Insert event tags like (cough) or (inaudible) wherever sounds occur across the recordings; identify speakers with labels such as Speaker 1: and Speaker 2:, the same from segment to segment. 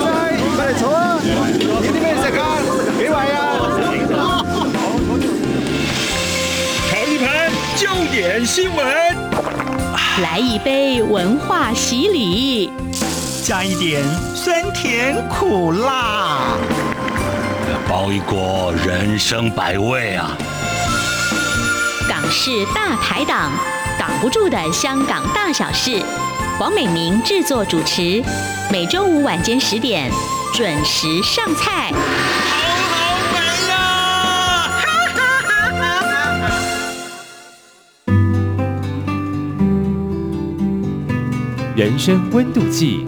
Speaker 1: 嚟坐啊！有啲咩食啊？幾位啊？
Speaker 2: 尝一盘焦点新闻，
Speaker 3: 来一杯文化洗礼，
Speaker 4: 加一点酸甜苦辣，
Speaker 2: 包一锅人生百味啊！
Speaker 3: 港式大排档，挡不住的香港大小事。王美明制作主持，每周五晚间十点准时上菜。
Speaker 4: 好美呀、
Speaker 5: 人生温度计，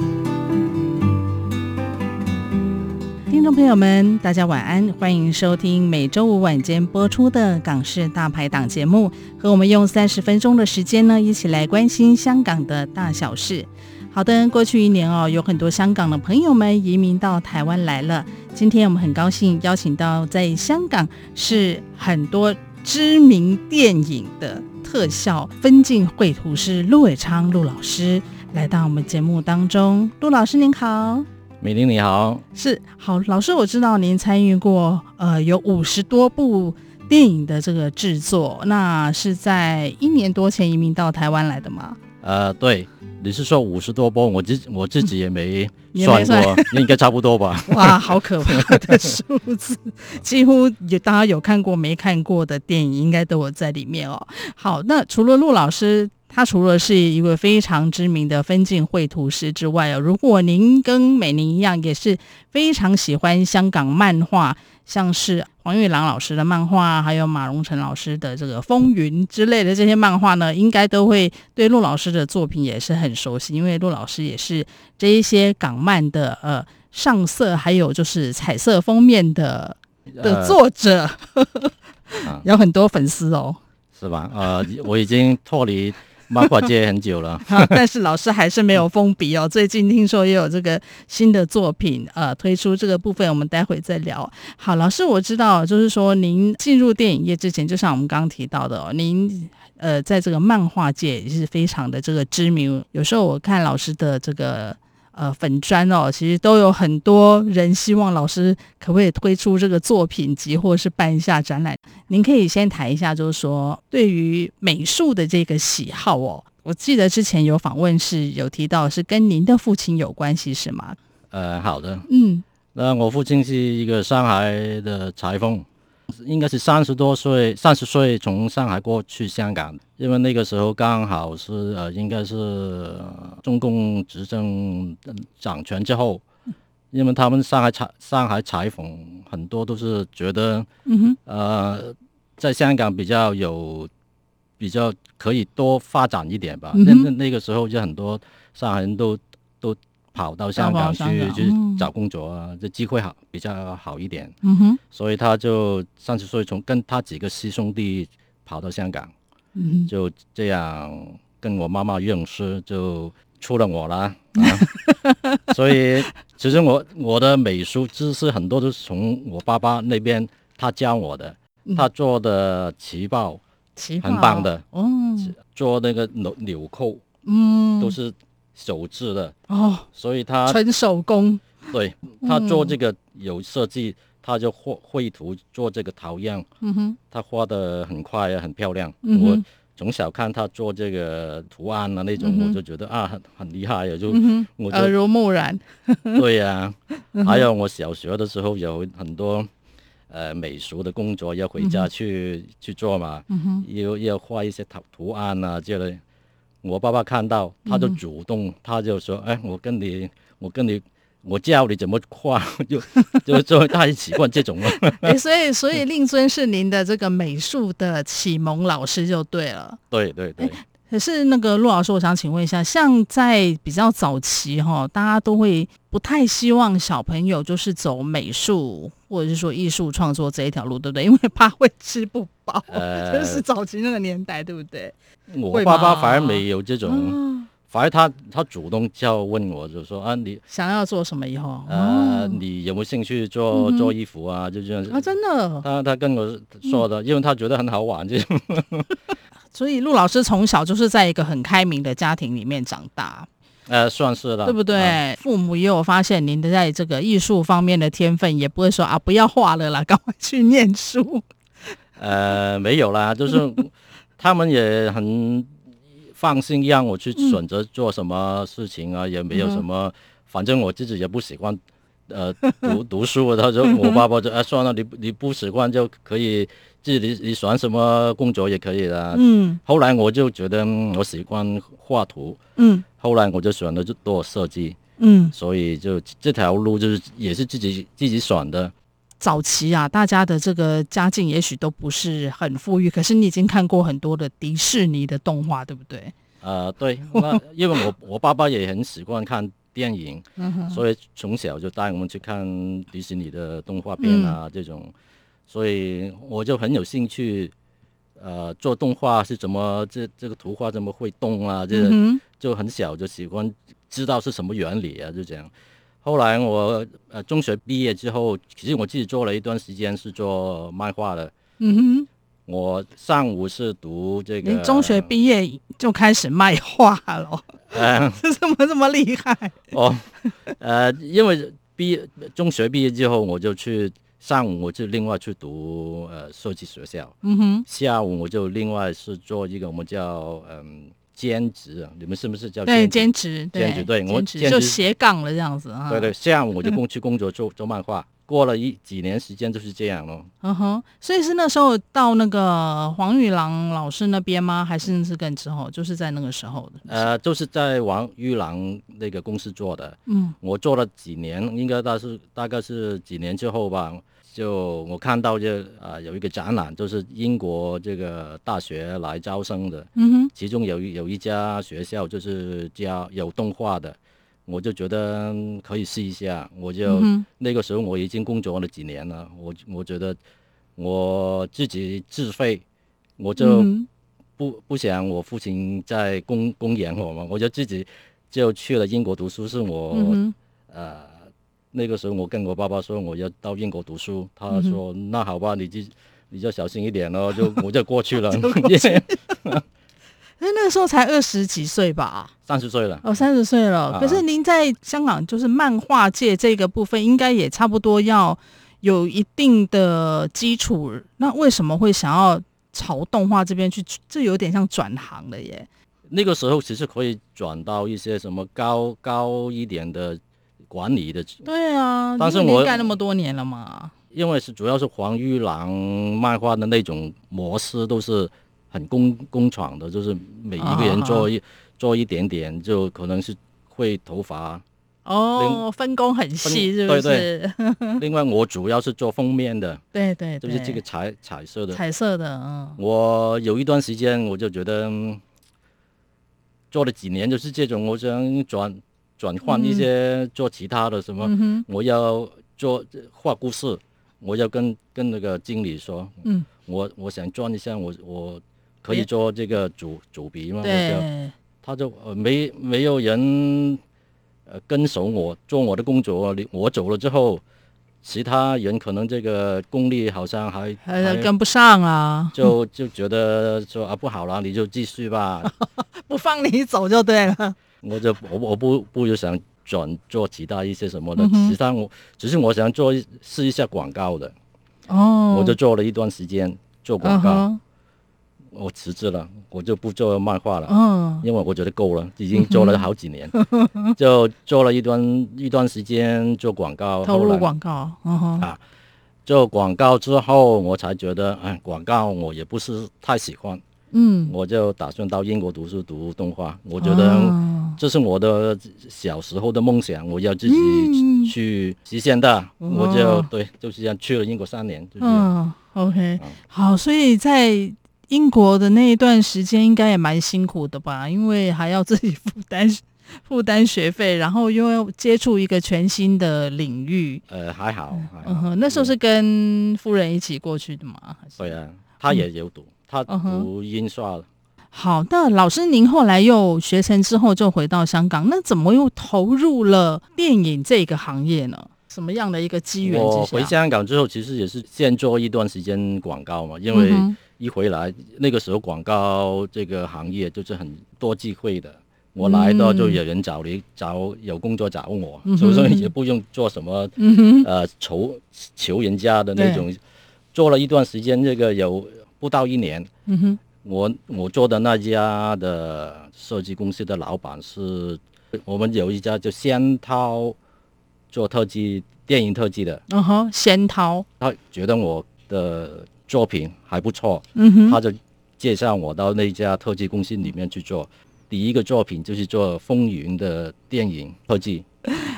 Speaker 6: 听众朋友们，大家晚安，欢迎收听每周五晚间播出的《港式大排档》节目，和我们用三十分钟的时间呢，一起来关心香港的大小事。好的，过去一年哦，有很多香港的朋友们移民到台湾来了。今天我们很高兴邀请到在香港是很多知名电影的特效分镜绘图师陆伟昌陆老师来到我们节目当中。陆老师您好。
Speaker 7: 美玲你好，
Speaker 6: 是好，老师，我知道您参与过呃有五十多部电影的这个制作，那是在一年多前移民到台湾来的吗？
Speaker 7: 呃，对，你是说五十多波，我自我自己也没
Speaker 6: 也
Speaker 7: 算
Speaker 6: 没
Speaker 7: 过， (laughs) 应该差不多吧？
Speaker 6: 哇，好可怕的数字！几乎有大家有看过没看过的电影，应该都有在里面哦。好，那除了陆老师，他除了是一位非常知名的分镜绘图师之外哦，如果您跟美玲一样，也是非常喜欢香港漫画，像是黄玉郎老师的漫画，还有马荣成老师的这个《风云》之类的这些漫画呢，应该都会对陆老师的作品也是很熟悉，因为陆老师也是这一些港漫的呃上色，还有就是彩色封面的的
Speaker 7: 呃
Speaker 6: 作者，
Speaker 7: 啊
Speaker 6: (laughs) 有很多粉丝哦。。
Speaker 7: 是吧？呃，我已经脱离漫画界很久了
Speaker 6: (laughs) 好，但是老师还是没有封笔哦。最近听说也有这个新的作品呃推出，这个部分我们待会再聊。好，老师，我知道，就是说您进入电影业之前，就像我们刚刚提到的哦，您呃在这个漫画界也是非常的这个知名。有时候我看老师的这个。呃，粉砖哦，其实都有很多人希望老师可不可以推出这个作品集，或者是办一下展览。您可以先谈一下，就是说对于美术的这个喜好哦。我记得之前有访问是有提到是跟您的父亲有关系是吗？
Speaker 7: 呃，好的，
Speaker 6: 嗯，
Speaker 7: 那我父亲是一个上海的裁缝，应该是三十多岁，三十岁从上海过去香港，因为那个时候刚好是呃，应该是呃中共执政呃掌权之后，因为他们上海裁上海裁缝很多都是觉得，
Speaker 6: 嗯哼，
Speaker 7: 呃，在香港比较有比较可以多发展一点吧。
Speaker 6: 嗯
Speaker 7: 那
Speaker 6: 哼
Speaker 7: 那那个时候就很多上海人都都跑到香
Speaker 6: 跑到
Speaker 7: 港
Speaker 6: 香
Speaker 7: 去
Speaker 6: 港
Speaker 7: 去
Speaker 6: 嗯
Speaker 7: 找工作啊，这机会好比较好一点。
Speaker 6: 嗯哼，
Speaker 7: 所以他就三十岁从跟他几个师兄弟跑到香港，
Speaker 6: 嗯哼，
Speaker 7: 就这样跟我妈妈认识，就出了我啦。啊、 (laughs) 所以其实我我的美术知识很多都是从我爸爸那边他教我的，
Speaker 6: 嗯
Speaker 7: 他做的旗袍、
Speaker 6: 奇
Speaker 7: 很棒的
Speaker 6: 哦，
Speaker 7: 做那个纽纽扣
Speaker 6: 嗯，
Speaker 7: 都是啊手制的，
Speaker 6: 哦，
Speaker 7: 所以他
Speaker 6: 纯手工，
Speaker 7: 对他做这个有设计，他就绘绘图做这个陶样，
Speaker 6: 嗯哼，
Speaker 7: 他画的很快啊，很漂亮。
Speaker 6: 嗯哼
Speaker 7: 我从小看他做这个图案啊那种，
Speaker 6: 嗯哼
Speaker 7: 我就觉得啊很很厉害啊，就、
Speaker 6: 嗯哼，
Speaker 7: 我
Speaker 6: 耳
Speaker 7: 就
Speaker 6: 濡目
Speaker 7: (laughs)
Speaker 6: 染，
Speaker 7: 对啊哎呀、
Speaker 6: 嗯
Speaker 7: 还有我小学的时候有很多呃美术的工作要回家去、去做嘛，
Speaker 6: 嗯哼，
Speaker 7: 要要画一些图图案啊之类。我爸爸看到，他就
Speaker 6: 嗯
Speaker 7: 主动，他就说：“哎，我跟你，我跟你，我教你怎么画， (laughs) 就就就 (laughs) 他也喜欢
Speaker 6: (laughs)
Speaker 7: 这种了。”
Speaker 6: 哎，所以所以令尊是您的这个美术的启蒙老师就对了。
Speaker 7: 对对
Speaker 6: (laughs)
Speaker 7: 对。
Speaker 6: 可是那个陆老师，我想请问一下，像在比较早期哈，大家都会不太希望小朋友就是走美术或者是说艺术创作这一条路，对不对？因为怕会吃不饱，
Speaker 7: 呃
Speaker 6: 就是早期那个年代，对不对？
Speaker 7: 我
Speaker 6: 会
Speaker 7: 爸爸
Speaker 6: 吗
Speaker 7: 反而没有这种，
Speaker 6: 嗯，
Speaker 7: 反而他他主动叫问我，就说啊你
Speaker 6: 想要做什么以后，
Speaker 7: 呃、
Speaker 6: 哦嗯
Speaker 7: 你有没有兴趣做、做衣服啊？就这样。
Speaker 6: 啊，真的，
Speaker 7: 他他跟我说的，因为他觉得很好玩，这种
Speaker 6: 所以陆老师从小就是在一个很开明的家庭里面长大，
Speaker 7: (laughs) 呃，算是了，
Speaker 6: 对不对？
Speaker 7: 啊
Speaker 6: 父母也有发现您的在这个艺术方面的天分，也不会说啊不要画了啦，赶快去念书。
Speaker 7: 呃，没有啦，就是
Speaker 6: (laughs)
Speaker 7: 他们也很放心让我去
Speaker 6: 嗯
Speaker 7: 选择做什么事情啊，也没有什么，反正我自己也不喜欢。呃，读读书，他
Speaker 6: 嗯
Speaker 7: 说我爸爸就啊，算了，你不你不喜欢就可以自己你选什么工作也可以啦。
Speaker 6: 嗯
Speaker 7: 后来我就觉得、嗯我喜欢画图，
Speaker 6: 嗯
Speaker 7: 后来我就选了就做设计，
Speaker 6: 嗯，
Speaker 7: 所以就这条路就是也是自己自己选的。
Speaker 6: 早期啊，大家的这个家境也许都不是很富裕，可是你已经看过很多的迪士尼的动画，对不对？
Speaker 7: 呃，
Speaker 6: (laughs)
Speaker 7: 对，那因为我我爸爸也很喜欢看电影，
Speaker 6: 嗯哼，
Speaker 7: 所以从小就带我们去看迪士尼的动画片啊、
Speaker 6: 嗯
Speaker 7: 这种，所以我就很有兴趣。呃，做动画是怎么这这个图画怎么会动啊？这、
Speaker 6: 嗯
Speaker 7: 就很小就喜欢知道是什么原理啊，就这样。后来我呃中学毕业之后，其实我自己做了一段时间是做漫画的。
Speaker 6: 哼，嗯哼。
Speaker 7: 我上午是读这个
Speaker 6: 您中学毕业就开始卖画了，
Speaker 7: 呃
Speaker 6: (laughs) 这怎么这么厉害？
Speaker 7: (laughs) 哦，呃，因为毕业中学毕业之后，我就去上午我就另外去读呃设计学校，
Speaker 6: 嗯哼，
Speaker 7: 下午我就另外是做一个我们叫嗯、兼职啊，你们是不是叫
Speaker 6: 对，
Speaker 7: 职
Speaker 6: 兼职，
Speaker 7: 兼职对我
Speaker 6: 兼职
Speaker 7: 兼
Speaker 6: 就
Speaker 7: 职
Speaker 6: 斜杠了这样子啊。
Speaker 7: 对对，下午我就工去工作做做漫画，过了一几年时间就是这样咯。
Speaker 6: 嗯哼，所以是那时候到那个黄玉郎老师那边吗？还是是更之后？就是在那个时候的。
Speaker 7: 呃，就是在王玉郎那个公司做的，
Speaker 6: 嗯
Speaker 7: 我做了几年，应该大是大概是几年之后吧，就我看到这啊、呃有一个展览，就是英国这个大学来招生的，
Speaker 6: 嗯
Speaker 7: 其中有一有一家学校就是教有动画的，我就觉得嗯可以试一下。我就、
Speaker 6: 嗯哼
Speaker 7: 那个时候我已经工作了几年了，我我觉得我自己自费，我
Speaker 6: 哼，
Speaker 7: 就
Speaker 6: 嗯
Speaker 7: 不、不想我父亲在供供养我嘛，我就自己就去了英国读书，是我、
Speaker 6: 哼，嗯
Speaker 7: 呃。那个时候我跟我爸爸说我要到英国读书，他
Speaker 6: 嗯哼
Speaker 7: 说、那好吧，你就你就小心一点咯，就我就过去
Speaker 6: (laughs)
Speaker 7: 了，
Speaker 6: 哼，那那个时候才二十几岁吧，
Speaker 7: (laughs) 三十岁了。
Speaker 6: 哦，三十岁了。
Speaker 7: 啊
Speaker 6: 可是您在香港就是漫画界这个部分，应该也差不多要有一定的基础。那为什么会想要朝动画这边去？这有点像转行了耶。
Speaker 7: 那个时候其实可以转到一些什么高高一点的管理的，
Speaker 6: 对啊，
Speaker 7: 但是
Speaker 6: 因为您
Speaker 7: 我
Speaker 6: 干那么多年了嘛。
Speaker 7: 因为是主要是黄玉郎漫画的那种模式都是很工工厂的，就是每一个人做一、做一点点，就可能是会头发。
Speaker 6: 哦，分工很细，是
Speaker 7: 分
Speaker 6: 不是？
Speaker 7: 对对另外我主要是做封面的，
Speaker 6: 对对
Speaker 7: 就是这个彩彩色的。
Speaker 6: 彩色的，嗯
Speaker 7: 我有一段时间我就觉得、嗯做了几年就是这种，我想转转换一些做其他的什么。
Speaker 6: 嗯哼，
Speaker 7: 我要做画故事，我要跟跟那个经理说，
Speaker 6: 嗯，
Speaker 7: 我我想转一下，我我可以做这个主主笔吗？我就
Speaker 6: 对，
Speaker 7: 他就、呃、没没有人呃跟手我做我的工作，你我走了之后，其他人可能这个功力好像还
Speaker 6: 呃，跟不上啊，
Speaker 7: 就 (laughs) 就觉得说啊不好了，你就继
Speaker 6: (laughs)
Speaker 7: 续吧，
Speaker 6: 不放你走就对了。
Speaker 7: 我就我我不不就想转做其他一些什么的，
Speaker 6: 嗯哼
Speaker 7: 其他我只是我想做一试一下广告的。
Speaker 6: 哦，
Speaker 7: 我就做了一段时间做广
Speaker 6: 嗯
Speaker 7: 告，
Speaker 6: 哼，
Speaker 7: 我辞职了，我就不做漫画了，
Speaker 6: 嗯
Speaker 7: 因为我觉得够了，已经做了好几年，就做了一段一段时间做广告，
Speaker 6: 投
Speaker 7: 后
Speaker 6: 入
Speaker 7: 来
Speaker 6: 广告，嗯哼，
Speaker 7: 啊做广告之后，我才觉得，哎，广告我也不是太喜欢，
Speaker 6: 嗯，
Speaker 7: 我就打算到英国读书读动画，我觉得
Speaker 6: 哦
Speaker 7: 这是我的小时候的梦想，我要自己
Speaker 6: 嗯
Speaker 7: 去实现的，我就
Speaker 6: 哦
Speaker 7: 对，就是这样去了英国三年，就是这样。
Speaker 6: 嗯，OK，
Speaker 7: 嗯
Speaker 6: 好，所以在。英国的那一段时间应该也蛮辛苦的吧，因为还要自己负担 (laughs) 负担学费，然后又要接触一个全新的领域。
Speaker 7: 呃，还好，还好
Speaker 6: 嗯哼，那时候是跟夫人一起过去的吗？还是
Speaker 7: 对啊，他也有读，他
Speaker 6: 嗯哼
Speaker 7: 读印刷的。
Speaker 6: 好，那老师您后来又学成之后就回到香港，那怎么又投入了电影这个行业呢？什么样的一个机缘
Speaker 7: 我
Speaker 6: 之
Speaker 7: 回
Speaker 6: 下？
Speaker 7: 香港之后，其实也是先做一段时间广告嘛，因为
Speaker 6: 嗯哼
Speaker 7: 一回来那个时候广告这个行业就是很多机会的。我来到
Speaker 6: 嗯
Speaker 7: 就有人找你找有工作找我，所以说也不用做什么、
Speaker 6: 嗯
Speaker 7: 呃求求人家的那种。做了一段时间，这个有不到一年，
Speaker 6: 嗯哼，
Speaker 7: 我我做的那家的设计公司的老板是，我们有一家就仙涛做特技电影特技的，
Speaker 6: 然后嗯仙桃，
Speaker 7: 他觉得我的作品还不错，
Speaker 6: 嗯哼，
Speaker 7: 他就介绍我到那家特技公司里面去做。第一个作品就是做《风云》的电影特技，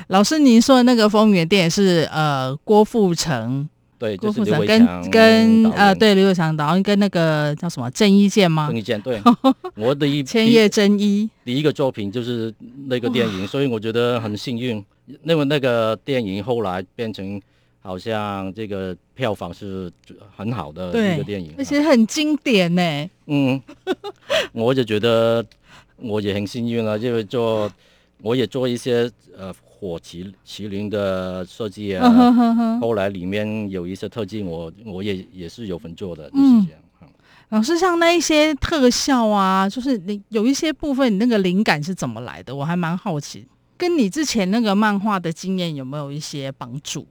Speaker 6: 老师您说的那个风云店是呃郭富城，
Speaker 7: 对，就
Speaker 6: 郭
Speaker 7: 是
Speaker 6: 富
Speaker 7: 刘
Speaker 6: 城
Speaker 7: 伟
Speaker 6: 跟
Speaker 7: 强
Speaker 6: 跟
Speaker 7: 导
Speaker 6: 呃
Speaker 7: 演
Speaker 6: 对刘伟强导演跟那个叫什么郑伊健吗
Speaker 7: 郑？伊
Speaker 6: (laughs)
Speaker 7: 健，对，我的一
Speaker 6: 啊千叶真一，
Speaker 7: 第一个作品就是那个电影，所以我觉得很幸运，因为那个电影后来变成好像这个票房是很好的
Speaker 6: 对
Speaker 7: 一个电影啊
Speaker 6: 而。且很经典呢、
Speaker 7: 嗯，我就觉得我也很幸运了，啊因为做我也做一些呃火麒麒麟的设计
Speaker 6: 嗯哼
Speaker 7: 啊，
Speaker 6: 哼哼。
Speaker 7: 后来里面有一些特技我，我也也是有份做的，就
Speaker 6: 嗯
Speaker 7: 是这样。嗯
Speaker 6: 老师，像那一些特效啊，就是你有一些部分，你那个灵感是怎么来的？我还蛮好奇，跟你之前那个漫画的经验有没有一些帮助？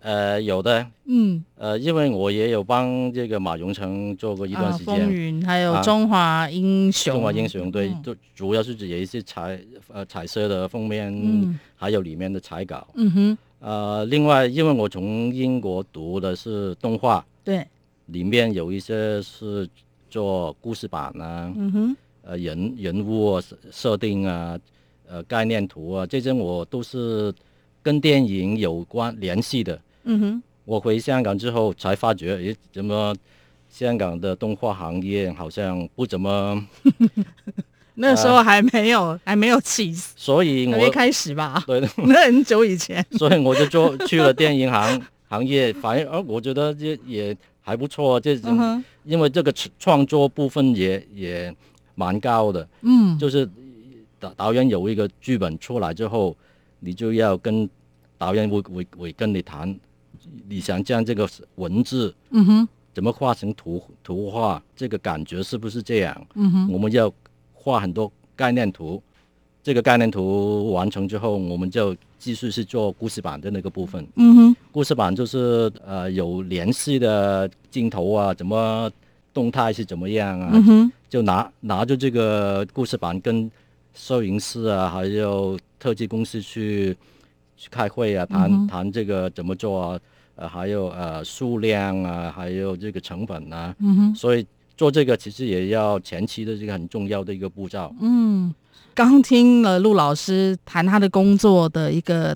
Speaker 7: 呃，有的，
Speaker 6: 嗯，
Speaker 7: 呃，因为我也有帮这个马荣成做过一段
Speaker 6: 啊，
Speaker 7: 时间。
Speaker 6: 风云，还有
Speaker 7: 啊
Speaker 6: 中华英雄，
Speaker 7: 中华英雄对，
Speaker 6: 嗯
Speaker 7: 就主要是指有一些彩呃彩色的封面，
Speaker 6: 嗯
Speaker 7: 还有里面的彩稿。
Speaker 6: 嗯哼，
Speaker 7: 呃，另外，因为我从英国读的是动画，
Speaker 6: 对，
Speaker 7: 里面有一些是做故事版啊，
Speaker 6: 嗯哼，
Speaker 7: 呃人人物啊设设定啊，呃概念图啊，这些我都是跟电影有关联系的。
Speaker 6: 嗯哼，
Speaker 7: 我回香港之后才发觉，诶，怎么香港的动画行业好像不怎么，
Speaker 6: 那时候还没有，还没有起死，
Speaker 7: 所以
Speaker 6: 还没
Speaker 7: 呃我
Speaker 6: 开始吧？ (laughs)
Speaker 7: 对。 (laughs)
Speaker 6: 那很久以前，
Speaker 7: 所以我就做去了电影行 (laughs) 行业，反而哦我觉得这也还不错，啊这
Speaker 6: 嗯哼，
Speaker 7: 因为这个创创作部分也也蛮高的，
Speaker 6: 嗯，
Speaker 7: 就是导导演有一个剧本出来之后，你就要跟导演会会会跟你谈，你想将这个文字
Speaker 6: 嗯哼，
Speaker 7: 怎么画成图图画，这个感觉是不是这样？
Speaker 6: 嗯哼，
Speaker 7: 我们要画很多概念图，这个概念图完成之后，我们就继续是做故事版的那个部分。
Speaker 6: 嗯哼，
Speaker 7: 故事版就是呃有联系的镜头啊，怎么动态是怎么样啊？
Speaker 6: 嗯哼，
Speaker 7: 就拿拿着这个故事版跟摄影师啊，还有特技公司去去开会啊，谈、
Speaker 6: 嗯
Speaker 7: 谈这个怎么做啊，呃，还有呃数量啊，还有这个成本啊，
Speaker 6: 嗯哼，
Speaker 7: 所以做这个其实也要前期的这个很重要的一个步骤。
Speaker 6: 嗯，刚听了陆老师谈他的工作的一个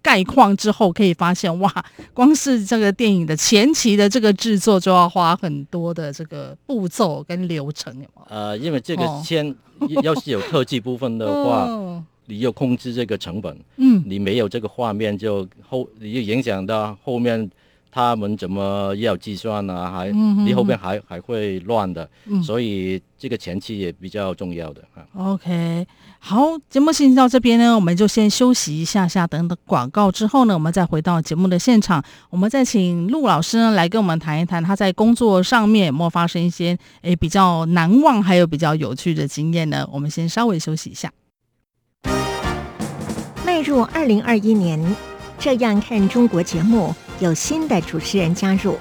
Speaker 6: 概况之后，可以发现哇，光是这个电影的前期的这个制作就要花很多的这个步骤跟流程，有没有？
Speaker 7: 呃，因为这
Speaker 6: 哦
Speaker 7: 个先、要是有特技部分的话，
Speaker 6: 哦
Speaker 7: 你要控制这个成本，
Speaker 6: 嗯
Speaker 7: 你没有这个画面就后，你就影响到后面他们怎么要计算啊，还
Speaker 6: 嗯哼
Speaker 7: 你后面还还会乱的，
Speaker 6: 嗯
Speaker 7: 所以这个前期也比较重要的啊。
Speaker 6: ，OK，好，节目进行到这边呢，我们就先休息一下下，等等广告之后呢，我们再回到节目的现场，我们再请陆老师呢来跟我们谈一谈他在工作上面有没有发生一些诶比较难忘，还有比较有趣的经验呢？我们先稍微休息一下。
Speaker 5: 迈入二零二一年，这样看中国节目有新的主持人加入。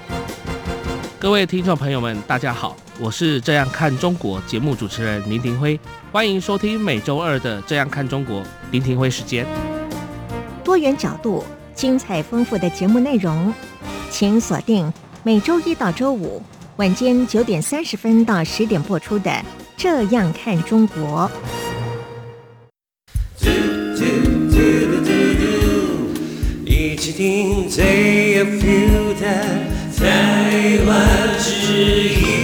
Speaker 8: 各位听众朋友们，大家好，我是《这样看中国》节目主持人林廷辉，欢迎收听每周二的《这样看中国》林廷辉时间。
Speaker 5: 多元角度、精彩丰富的节目内容，请锁定每周一到周五晚间九点三十分到十点播出的《这样看中国》。
Speaker 9: 一起听 Day of You 的台湾之音。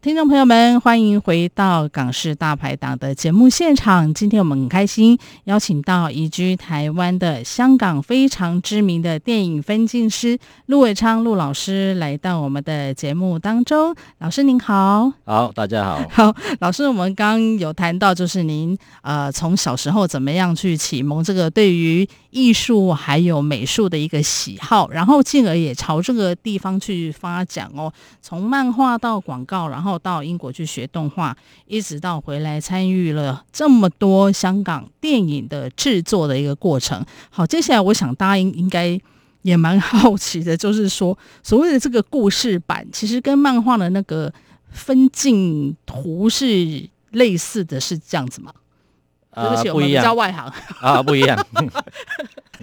Speaker 6: 听众朋友们，欢迎回到《港式大排档》的节目现场。今天我们很开心邀请到移居台湾的香港非常知名的电影分镜师陆伟昌陆老师来到我们的节目当中。老师您好，。
Speaker 7: 好，大家好
Speaker 6: 好，老师，我们刚刚有谈到，就是您呃从小时候怎么样去启蒙这个对于艺术还有美术的一个喜好，然后进而也朝这个地方去发展哦。从漫画到广告，然后到英国去学动画，一直到回来参与了这么多香港电影的制作的一个过程。好，接下来我想大家应应该。也蛮好奇的，就是说，所谓的这个故事版，其实跟漫画的那个分镜图是类似的，是这样子吗？ (laughs) 对不
Speaker 7: 啊
Speaker 6: 起，我
Speaker 7: 不
Speaker 6: 们
Speaker 7: 一
Speaker 6: 比较
Speaker 7: (laughs) 样
Speaker 6: 外行。
Speaker 7: 啊，不一
Speaker 6: (laughs)
Speaker 7: 样。 (laughs)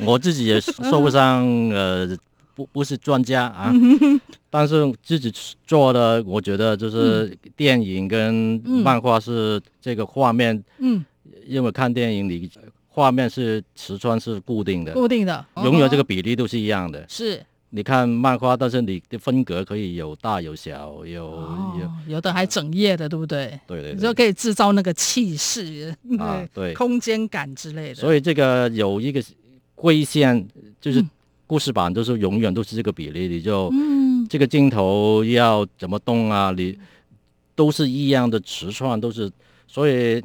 Speaker 7: 我自己也说不上，呃，不不是专家啊，
Speaker 6: 嗯
Speaker 7: 但是自己做的，我觉得就是电影跟
Speaker 6: 嗯
Speaker 7: 漫画是这个画面，
Speaker 6: 嗯，
Speaker 7: 因为看电影里画面是尺寸是固定的，
Speaker 6: 固定的，
Speaker 7: 永远这个
Speaker 6: 嗯
Speaker 7: 比例都是一样的。
Speaker 6: 是
Speaker 7: 你看漫画，但是你的风格可以有大有小，有有
Speaker 6: 哦，有的还整页的，对不对？
Speaker 7: 对对
Speaker 6: 你就
Speaker 7: 对。
Speaker 6: 可以制造那个气势、 (laughs)
Speaker 7: 啊对
Speaker 6: 空间感之类的。
Speaker 7: 所
Speaker 6: 以
Speaker 7: 以这个有一个规限，就是
Speaker 6: 嗯
Speaker 7: 故事版都是永远都是这个比例，你就
Speaker 6: 嗯，
Speaker 7: 这个镜头要怎么动啊，你都是一样的尺寸，都是所以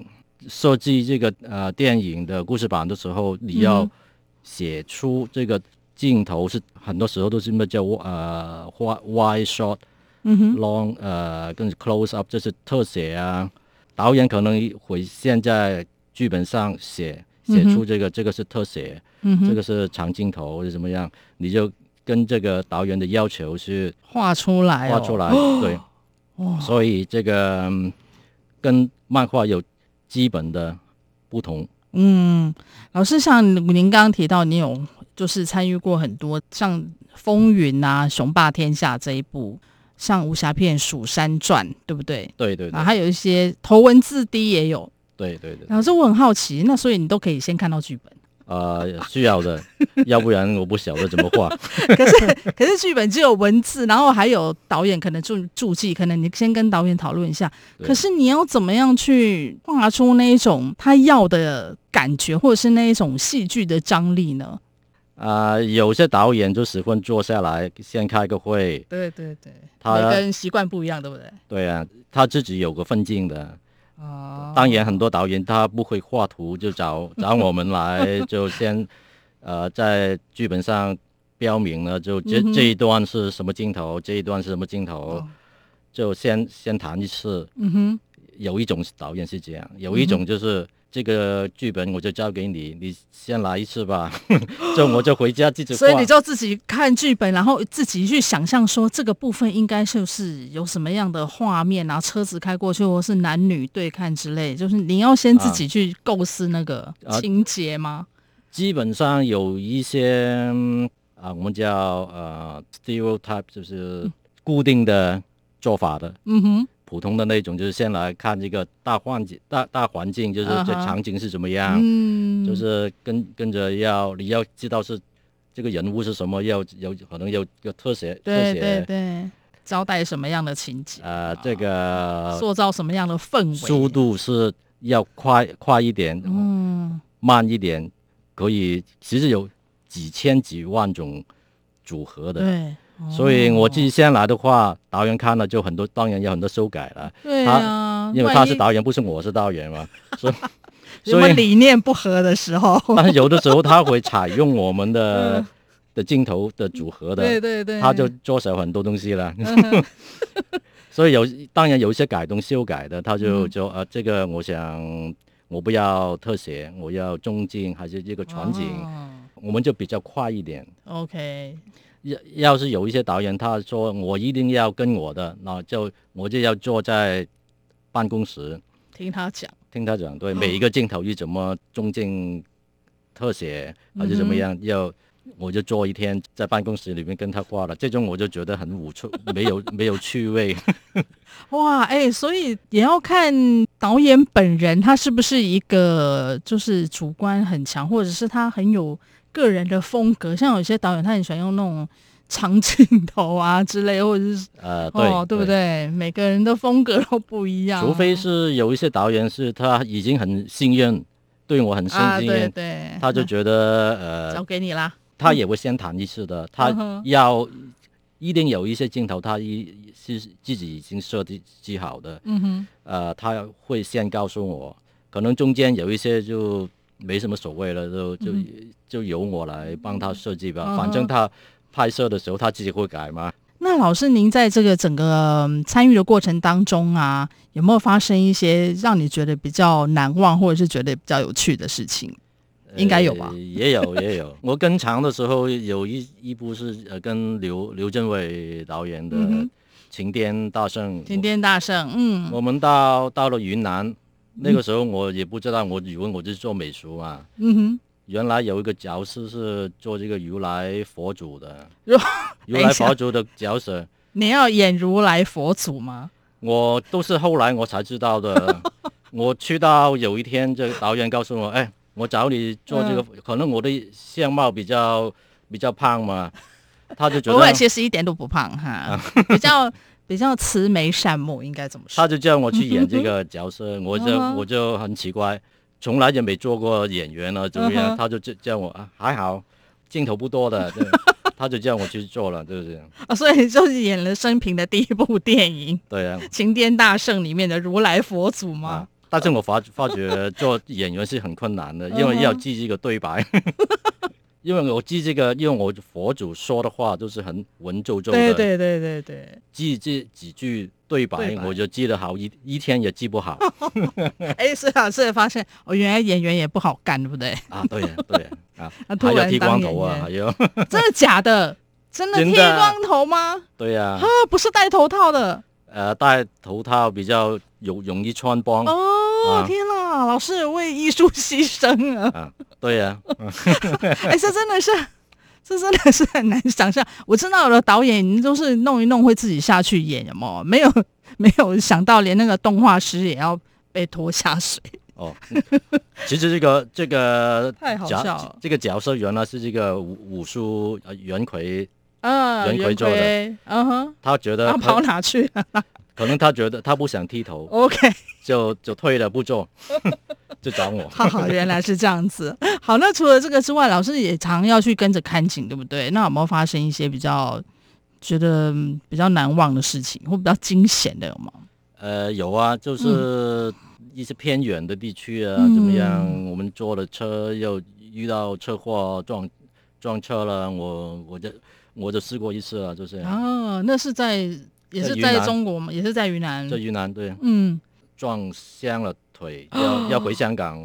Speaker 7: 设计这个呃电影的故事版的时候，你要
Speaker 6: 嗯
Speaker 7: 写出这个镜头是很多时候都是那叫呃 wide shot、
Speaker 6: 嗯哼，
Speaker 7: long 呃跟 close up，这是特写啊。导演可能会现在剧本上写写出这个、这个是特写，
Speaker 6: 嗯
Speaker 7: 这
Speaker 6: 哼，
Speaker 7: 个是长镜头或者怎么样，你就跟这个导演的要求去
Speaker 6: 画出来、哦，
Speaker 7: 画出来，对，
Speaker 6: 哇，
Speaker 7: 所以这个、嗯跟漫画有基本的不同。
Speaker 6: 嗯，老师，像您刚刚提到，你有就是参与过很多像《风云》啊，《雄霸天下》这一部，像武侠片《蜀山传》，对不对？
Speaker 7: 对对
Speaker 6: 然
Speaker 7: 对
Speaker 6: 后还有一些头文字 D 也有。
Speaker 7: 对对对，
Speaker 6: 老师，我很好奇，那所以你都可以先看到剧
Speaker 7: (laughs)
Speaker 6: 本，
Speaker 7: 呃，需要
Speaker 6: (laughs)
Speaker 7: 的，要不然我不晓得怎么画。
Speaker 6: 可是可是剧本只有文字，然后还有导演可能注注记，可能你先跟导演讨论一下。
Speaker 7: 对
Speaker 6: 可是你要怎么样去画出那一种他要的感觉，或者是那一种戏剧的张力呢？
Speaker 7: 啊、有些导演就十分坐下来，先开个会，
Speaker 6: 对对对，
Speaker 7: 他
Speaker 6: 每个人习惯不一样，对不对？
Speaker 7: 对啊，他自己有个分镜的。
Speaker 6: 哦，
Speaker 7: 当然，很多导演他不会画图，就找找我
Speaker 6: (laughs)
Speaker 7: 们来，就先呃在剧本上标明了，就这、
Speaker 6: 嗯哼
Speaker 7: 这一段是什么镜头，这一段是什么镜头，
Speaker 6: 哦
Speaker 7: 就先先谈一次。
Speaker 6: 嗯哼，
Speaker 7: 有一种导演是这样，有一种就是。这个剧本我就交给你，你先来一次吧， (laughs) 就我就啊回家自己画。
Speaker 6: 所以你就自己看剧本，然后自己去想象说这个部分应该就是有什么样的画面，然后车子开过去，或是男女对看之类，就是你要先自己去构思那个
Speaker 7: 啊
Speaker 6: 情节吗？
Speaker 7: 基本上有一些嗯啊、我们叫呃 stereotype，就是固定的做法的。
Speaker 6: 嗯哼，
Speaker 7: 普通的那种，就是先来看这个大环境，大大环境就是
Speaker 6: 啊哈
Speaker 7: 这场景是怎么样
Speaker 6: 嗯，
Speaker 7: 就是跟跟着要你要知道是这个人物是什么，要有可能有有特写特
Speaker 6: 对
Speaker 7: 写，
Speaker 6: 对对，交代什么样的情节，
Speaker 7: 呃，这个
Speaker 6: 塑造什么样的氛围，
Speaker 7: 速，度是要快快一点，
Speaker 6: 嗯。
Speaker 7: 慢一点，可以其实有几千几万种组合的。
Speaker 6: 对，
Speaker 7: 所以我自己
Speaker 6: 哦
Speaker 7: 先来的话，导演看了就很多，当然有很多修改了，
Speaker 6: 对
Speaker 7: 他
Speaker 6: 啊，
Speaker 7: 因为
Speaker 6: 万
Speaker 7: 他是
Speaker 6: 一
Speaker 7: 导演，不是我是导演嘛，
Speaker 6: (laughs)
Speaker 7: 所以
Speaker 6: 你
Speaker 7: 所
Speaker 6: 们
Speaker 7: 以
Speaker 6: 理念不合的时候，
Speaker 7: 但是有的时候他会采用我
Speaker 6: (laughs)
Speaker 7: 们的的镜头的组合
Speaker 6: 嗯
Speaker 7: 的，
Speaker 6: 对对对，
Speaker 7: 他就做手很多东西了。
Speaker 6: 嗯哼
Speaker 7: (laughs) 所以有当然有一些改动修改的，他就
Speaker 6: 嗯
Speaker 7: 就呃这个我想我不要特写，我要中镜还是这个全景，
Speaker 6: 哦
Speaker 7: 我们就比较快一点。
Speaker 6: OK，
Speaker 7: 要要是有一些导演他说我一定要跟我的，那就我就要坐在办公室
Speaker 6: 听他讲，
Speaker 7: 听他讲，对每一个镜头要怎么中镜、特写还是怎么
Speaker 6: 嗯
Speaker 7: 样，要我就坐一天在办公室里面跟他画了，这种我就觉得很无趣，没有 (laughs) 没有趣味。
Speaker 6: 哇，哎、所以也要看导演本人他是不是一个就是主观很强，或者是他很有个人的风格。像有些导演他很喜欢用那种长镜头啊之类，或者是
Speaker 7: 呃，对，
Speaker 6: 哦，对不？对？每个人的风格都不一样，
Speaker 7: 除非是有一些导演是他已经很信任，对我很信
Speaker 6: 啊，
Speaker 7: 信
Speaker 6: 对嗯
Speaker 7: 任，
Speaker 6: 对，
Speaker 7: 他就觉得
Speaker 6: 那交
Speaker 7: 呃，
Speaker 6: 给你啦。
Speaker 7: 他也会先谈一次的，
Speaker 6: 嗯哼
Speaker 7: 他要。一定有一些镜头，他一是自己已经设计计好的，
Speaker 6: 嗯哼，
Speaker 7: 呃，他会先告诉我，可能中间有一些就没什么所谓了，就就、就由我来帮他设计吧，
Speaker 6: 嗯
Speaker 7: 反正他拍摄的时候他自己会改嘛。
Speaker 6: 那老师，您在这个整个嗯参与的过程当中啊，有没有发生一些让你觉得比较难忘，或者是觉得比较有趣的事情？应该有吧
Speaker 7: 呃也有也有。 (laughs) 我跟长的时候有一一部是呃跟刘刘镇伟导演的
Speaker 6: 嗯
Speaker 7: 《
Speaker 6: 哼
Speaker 7: 晴天大圣》，
Speaker 6: 天天大圣，嗯，
Speaker 7: 我们到到了云南，那个时候我也不知道，我以为我是做美术嘛。
Speaker 6: 嗯哼，
Speaker 7: 原来有一个角色是做这个如来佛祖的，
Speaker 6: 如
Speaker 7: (laughs) 如来佛祖的角色，
Speaker 6: 你要演如来佛祖吗？
Speaker 7: 我都是后来我才知道
Speaker 6: (laughs)
Speaker 7: 的。我去到有一天，这个导演告诉我，哎，我找你做这个，
Speaker 6: 嗯
Speaker 7: 可能我的相貌比较比较胖嘛，他就觉
Speaker 6: 不会，
Speaker 7: 得
Speaker 6: 其实一点都不胖哈，
Speaker 7: (laughs)
Speaker 6: 比较比较慈眉善目，应该怎么
Speaker 7: 他
Speaker 6: 说？
Speaker 7: 就叫我去演这
Speaker 6: (laughs)
Speaker 7: 个角色，我就
Speaker 6: 嗯哼
Speaker 7: 我就很奇怪，从来也没做过演员了，怎么
Speaker 6: 嗯哼
Speaker 7: 样？他就叫叫我啊，还好，镜头不
Speaker 6: (laughs)
Speaker 7: 多的，对他就叫我去做了，对不对？
Speaker 6: 哦，所以就是演了生平的第一部电影《
Speaker 7: 对啊，
Speaker 6: 晴天大圣》里面的如来佛祖吗
Speaker 7: 啊？，但是我发发觉做演员是很困难
Speaker 6: 嗯
Speaker 7: 的，因为要记这个对白。 (laughs) 因为我记这个，因为我佛祖说的话都是很文绉绉的，
Speaker 6: 对对对对对。
Speaker 7: 记这几句对白，
Speaker 6: 对白
Speaker 7: 我就记得好一一天也记不好
Speaker 6: 哎，是啊，是发现哦，原来演员也不好干，对不对？
Speaker 7: 啊！对呀、对呀、
Speaker 6: (laughs)
Speaker 7: 啊，
Speaker 6: 啊突
Speaker 7: 还要
Speaker 6: 然
Speaker 7: 剃
Speaker 6: 当
Speaker 7: 光
Speaker 6: 演
Speaker 7: 头啊，
Speaker 6: 员
Speaker 7: 还
Speaker 6: (laughs)
Speaker 7: 有
Speaker 6: 真的假的？真的
Speaker 7: 真
Speaker 6: 剃
Speaker 7: 的啊
Speaker 6: 光头吗？
Speaker 7: (laughs) 对呀、
Speaker 6: (laughs) 啊，不是戴头套的
Speaker 7: 呃，戴头套比较容容易穿帮。
Speaker 6: 哦！
Speaker 7: 啊
Speaker 6: 天哪，老师为艺术牺牲
Speaker 7: (laughs)
Speaker 6: 啊！
Speaker 7: 啊，对
Speaker 6: (laughs)
Speaker 7: 呀、
Speaker 6: 哎，这真的是，这真的是很难想象。我知道有的导演都是弄一弄会自己下去演，有没有？没有 (laughs) 没有想到连那个动画师也要被拖下水，
Speaker 7: 哦，其实这个这个
Speaker 6: 太好笑了
Speaker 7: 角这个角色原来是这个武武术呃袁奎，
Speaker 6: 啊，
Speaker 7: 袁奎
Speaker 6: 袁
Speaker 7: 做的呃
Speaker 6: 奎，嗯哼，
Speaker 7: 他觉得
Speaker 6: (laughs) 他
Speaker 7: 他
Speaker 6: 跑哪哦去了
Speaker 7: 可能他觉得他不想剃头，
Speaker 6: ？OK。
Speaker 7: 就就退了不做， (laughs) 就找我。
Speaker 6: 哈
Speaker 7: (laughs)
Speaker 6: 哈，原来是这样子。好，那除了这个之外，老师也常要去跟着看景，对不对？那有没有发生一些比较觉得嗯比较难忘的事情，或比较惊险的有吗？
Speaker 7: 呃，有啊，就是一些偏远的地区啊，
Speaker 6: 嗯
Speaker 7: 怎么样？我们坐了车又遇到车祸撞撞车了，我我就我就试过一次了，就是、
Speaker 6: 啊，那是在也是
Speaker 7: 在云
Speaker 6: 在
Speaker 7: 南
Speaker 6: 中国嘛，也是在云南
Speaker 7: 在。云南对。
Speaker 6: 嗯，
Speaker 7: 撞伤了腿，要
Speaker 6: (gasps)
Speaker 7: 要回香港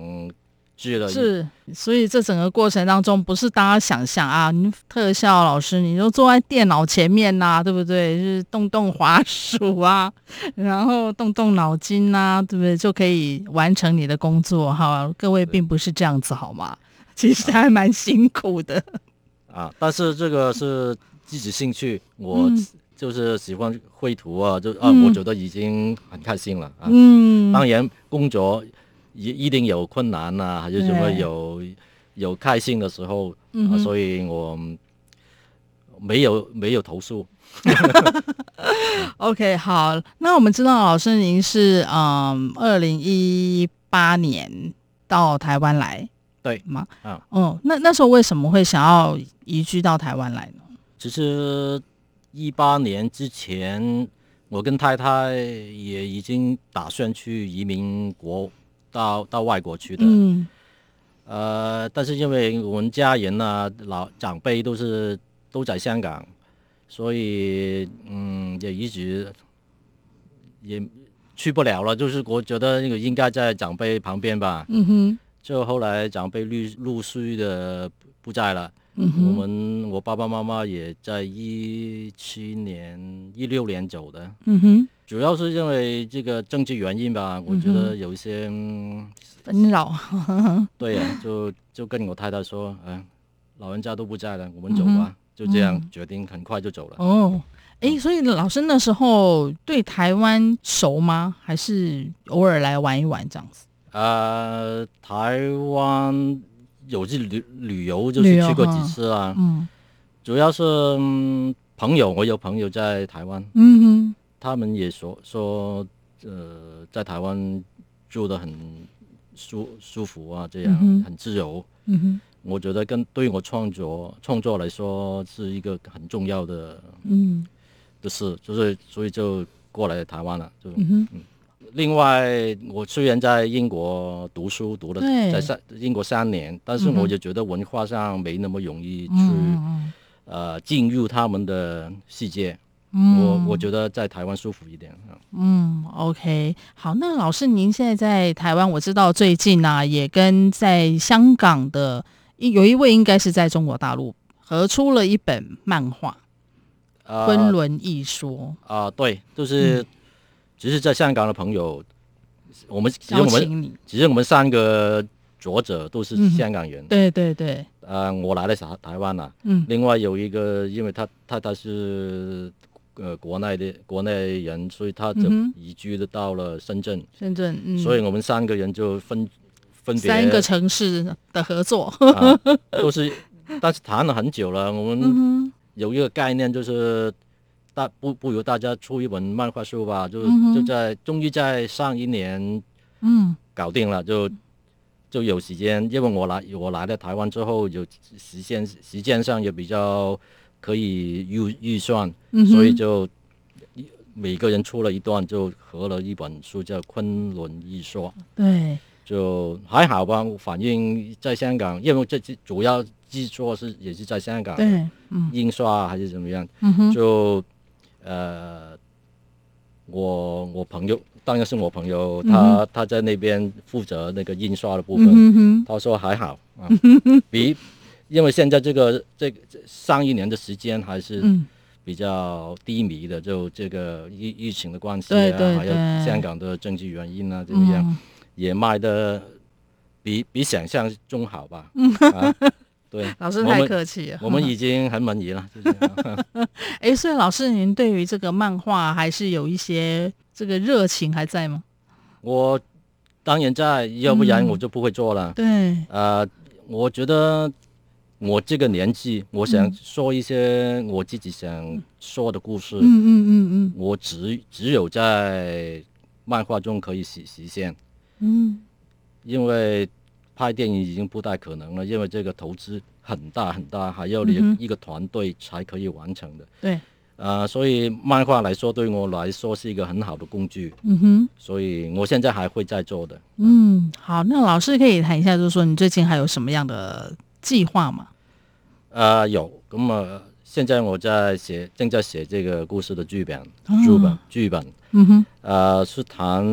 Speaker 7: 治了。
Speaker 6: 是，所以这整个过程当中，不是大家想象啊，你特效老师你就坐在电脑前面呐、对不对？就是动动滑鼠啊， (laughs) 然后动动脑筋呐、对不对？就可以完成你的工作哈。各位并不是这样子好吗？其实还蛮辛苦的。 (laughs)
Speaker 7: 啊，但是这个是自己兴趣，我
Speaker 6: 嗯
Speaker 7: 就是喜欢绘图啊，就啊，
Speaker 6: 嗯
Speaker 7: 我觉得已经很开心了啊。
Speaker 6: 嗯，
Speaker 7: 当然，工作一一定有困难啊，还有什么
Speaker 6: 对
Speaker 7: 有有开心的时候
Speaker 6: 嗯
Speaker 7: 啊，
Speaker 6: 哼
Speaker 7: 所以我没有没有投诉。
Speaker 6: OK，好，那我们知道老师您是嗯，二零一八年到台湾来，
Speaker 7: 对
Speaker 6: 吗？
Speaker 7: 啊，
Speaker 6: 哦，那那时候为什么会想要移居到台湾来呢？
Speaker 7: 其实一八年之前，我跟太太也已经打算去移民国到到外国去的。
Speaker 6: 嗯
Speaker 7: 呃，但是因为我们家人啊，老长辈都是都在香港，所以嗯，也一直也去不了了。就是我觉得那个应该在长辈旁边吧。
Speaker 6: 嗯哼
Speaker 7: 就后来长辈陆陆续的不在了。
Speaker 6: 嗯
Speaker 7: 我
Speaker 6: 哼
Speaker 7: 们我爸爸妈妈也在一七年、一六年走的，
Speaker 6: 嗯哼，
Speaker 7: 主要是因为这个政治原因吧。我觉
Speaker 6: 嗯
Speaker 7: 得有一些，嗯、
Speaker 6: 纷扰，
Speaker 7: 对呀、就就跟我太太说，嗯、老人家都不在了，我们走
Speaker 6: 嗯
Speaker 7: 吧，就这样决定，很快就走了。
Speaker 6: 哦，诶，所以老师那时候对台湾熟吗？还是偶尔来玩一玩这样子？
Speaker 7: 呃，台湾有去旅旅游，就
Speaker 6: 旅
Speaker 7: 是
Speaker 6: 游
Speaker 7: 去过几
Speaker 6: 哈
Speaker 7: 次啊，
Speaker 6: 嗯
Speaker 7: 主要是、嗯、朋友，我有朋友在台湾。
Speaker 6: 嗯
Speaker 7: 他们也说说，呃，在台湾住的很舒舒服啊，这样、
Speaker 6: 嗯哼
Speaker 7: 很自由。
Speaker 6: 哼嗯哼
Speaker 7: 我觉得跟对我创作创作来说是一个很重要的
Speaker 6: 嗯
Speaker 7: 的事，就是所以就过来台湾了，就、
Speaker 6: 嗯哼，
Speaker 7: 另外，我虽然在英国读书，读了
Speaker 6: 对
Speaker 7: 在三英国三年，但是
Speaker 6: 嗯哼
Speaker 7: 我就觉得文化上没那么容易去、
Speaker 6: 嗯
Speaker 7: 呃进入他们的世界。
Speaker 6: 嗯，
Speaker 7: 我我觉得在台湾舒服一点。嗯
Speaker 6: 嗯，OK，好，那老师您现在在台湾，我知道最近呢、啊、也跟在香港的一有一位应该是在中国大陆合出了一本漫画《
Speaker 7: 呃
Speaker 6: 昆仑一说
Speaker 7: 啊、对，就是、
Speaker 6: 嗯
Speaker 7: 只是在香港的朋友，我们》，其实
Speaker 6: 邀
Speaker 7: 我们
Speaker 6: 请你，
Speaker 7: 其实我们三个作者都
Speaker 6: 嗯
Speaker 7: 是
Speaker 6: 哼
Speaker 7: 香港人。
Speaker 6: 对对对，
Speaker 7: 呃，我来了台台湾了、啊
Speaker 6: 嗯
Speaker 7: 另外有一个，因为他他他是呃国内的国内人，所以他就
Speaker 6: 嗯哼
Speaker 7: 移居的到了深圳，
Speaker 6: 深圳，嗯，
Speaker 7: 所以我们三个人就分分别
Speaker 6: 三个城市的合作，
Speaker 7: 啊，都是，但是谈了很久了。我们
Speaker 6: 嗯
Speaker 7: 有一个概念就是。大不不如大家出一本漫画书吧，就
Speaker 6: 嗯哼
Speaker 7: 就在终于在上一年
Speaker 6: 哼嗯
Speaker 7: 搞定了，就就有时间。因为我来我来了台湾之后，有时间时间上也比较可以预预算，
Speaker 6: 嗯哼
Speaker 7: 所以就每个人出了一段，就合了一本书叫《昆仑一说》，
Speaker 6: 对，
Speaker 7: 就还好吧。反映在香港，因为这这主要制作是也是在香港，
Speaker 6: 对，嗯
Speaker 7: 印刷还是怎么样，
Speaker 6: 嗯哼，
Speaker 7: 就呃，我我朋友当然是我朋友，
Speaker 6: 嗯
Speaker 7: 他、
Speaker 6: 哼
Speaker 7: 他在那边负责那个印刷的部分，
Speaker 6: 嗯哼嗯哼，
Speaker 7: 他说还好
Speaker 6: (laughs)
Speaker 7: 啊，比因为现在这个这个这上一年的时间还是
Speaker 6: 嗯
Speaker 7: 比较低迷的，就这个疫疫情的关系啊，
Speaker 6: 对对
Speaker 7: 还有
Speaker 6: 对
Speaker 7: 香港的政治原因啊，怎么样、
Speaker 6: 嗯，
Speaker 7: 也卖的比比想象中好吧？啊，对，
Speaker 6: 嗯 (laughs) 老师
Speaker 7: 我
Speaker 6: 太
Speaker 7: 们
Speaker 6: 客气了，
Speaker 7: 我们已经很满意了，就是啊
Speaker 6: 哎，所以老师您对于这个漫画还是有一些这个热情还在吗？
Speaker 7: 我当然在，要不然
Speaker 6: 嗯
Speaker 7: 我就不会做了。
Speaker 6: 对，
Speaker 7: 呃，我觉得我这个年纪，我想说一些我自己想说的故事，
Speaker 6: 嗯嗯嗯嗯
Speaker 7: 我只只有在漫画中可以实实现，
Speaker 6: 嗯，
Speaker 7: 因为拍电影已经不太可能了，因为这个投资很大很大，还要你
Speaker 6: 嗯哼
Speaker 7: 一个团队才可以完成的。
Speaker 6: 对，
Speaker 7: 呃，所以漫画来说，对我来说是一个很好的工具，
Speaker 6: 嗯哼，
Speaker 7: 所以我现在还会再做的。
Speaker 6: 嗯，好，那老师可以谈一下，就是说你最近还有什么样的计划吗？
Speaker 7: 啊，有，咁啊，现在我在写，正在写这个故事的剧本，
Speaker 6: 啊
Speaker 7: 剧本，剧本，
Speaker 6: 嗯哼，
Speaker 7: 呃，是谈，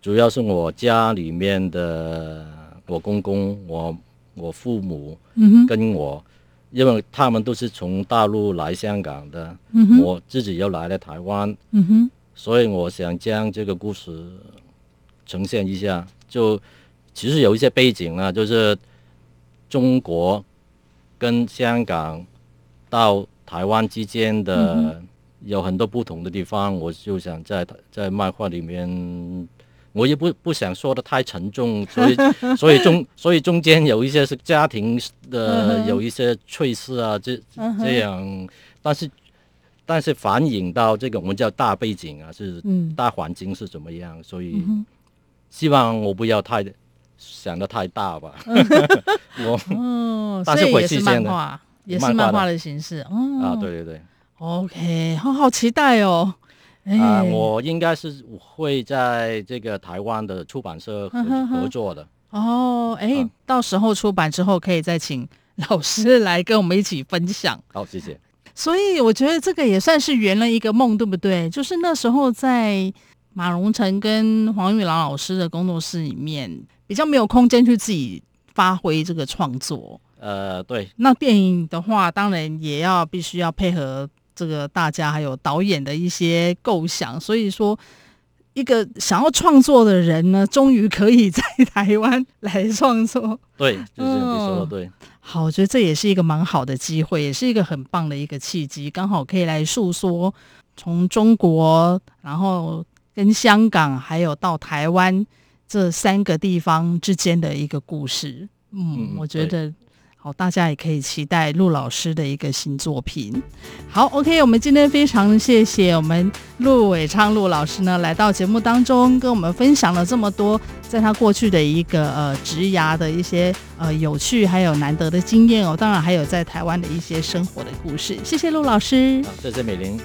Speaker 7: 主要是我家里面的我公公，我我父母
Speaker 6: 嗯哼，
Speaker 7: 跟我，因为他们都是从大陆来香港的，
Speaker 6: 嗯哼，
Speaker 7: 我自己又来了台湾，
Speaker 6: 嗯哼，
Speaker 7: 所以我想将这个故事呈现一下。就其实有一些背景呢，就是中国跟香港到台湾之间
Speaker 6: 嗯
Speaker 7: 的有很多不同的地方，我就想在在漫画里面。我也不不想说的太沉重，所以 (laughs) 所以中所以中间有一些是家庭
Speaker 6: 嗯
Speaker 7: 的
Speaker 6: 哼
Speaker 7: 有一些趣事啊，这
Speaker 6: 嗯哼
Speaker 7: 这样，但是但是反映到这个我们叫大背景啊，是
Speaker 6: 嗯
Speaker 7: 大环境是怎么样，所以
Speaker 6: 嗯哼，
Speaker 7: 希望我不要太想的太
Speaker 6: (laughs)
Speaker 7: 大吧。 (laughs) 我
Speaker 6: 嗯哦，
Speaker 7: 但
Speaker 6: 所
Speaker 7: 是
Speaker 6: 以
Speaker 7: 回
Speaker 6: 也
Speaker 7: 去
Speaker 6: 是
Speaker 7: 见
Speaker 6: 漫
Speaker 7: 了
Speaker 6: 画，也是
Speaker 7: 漫画
Speaker 6: 漫画
Speaker 7: 的
Speaker 6: 的形式，哦，
Speaker 7: 啊，对对对，
Speaker 6: ，OK，好好期待哦，哎，
Speaker 7: 啊，我应该是会在这个台湾的出版社合
Speaker 6: 嗯哼哼
Speaker 7: 合作的。
Speaker 6: 哦，哎
Speaker 7: 啊，
Speaker 6: 到时候出版之后可以再请老师来跟我们一起分享。
Speaker 7: 好，谢谢。
Speaker 6: 所以我觉得这个也算是圆了一个梦，对不对？就是那时候在马荣成跟黄玉郎老师的工作室里面，比较没有空间去自己发挥这个创作。
Speaker 7: 呃，对，
Speaker 6: 那电影的话，当然也要必须要配合这个大家还有导演的一些构想，所以说。一个想要创作的人呢，终于可以在台湾来创作。
Speaker 7: 对，就是你说的
Speaker 6: 嗯
Speaker 7: 对。啊
Speaker 6: 好，我觉得这也是一个蛮好的机会，也是一个很棒的一个契机，刚好可以来诉说从中国，然后跟香港，还有到台湾这三个地方之间的一个故事。嗯，
Speaker 7: 嗯
Speaker 6: 我觉得好，大家也可以期待陆老师的一个新作品。好，OK，我们今天非常谢谢我们陆伟昌陆老师呢，来到节目当中跟我们分享了这么多在他过去的一个呃职涯的一些呃有趣还有难得的经验哦，当然还有在台湾的一些生活的故事。谢谢陆老师。
Speaker 7: 好，谢谢美玲。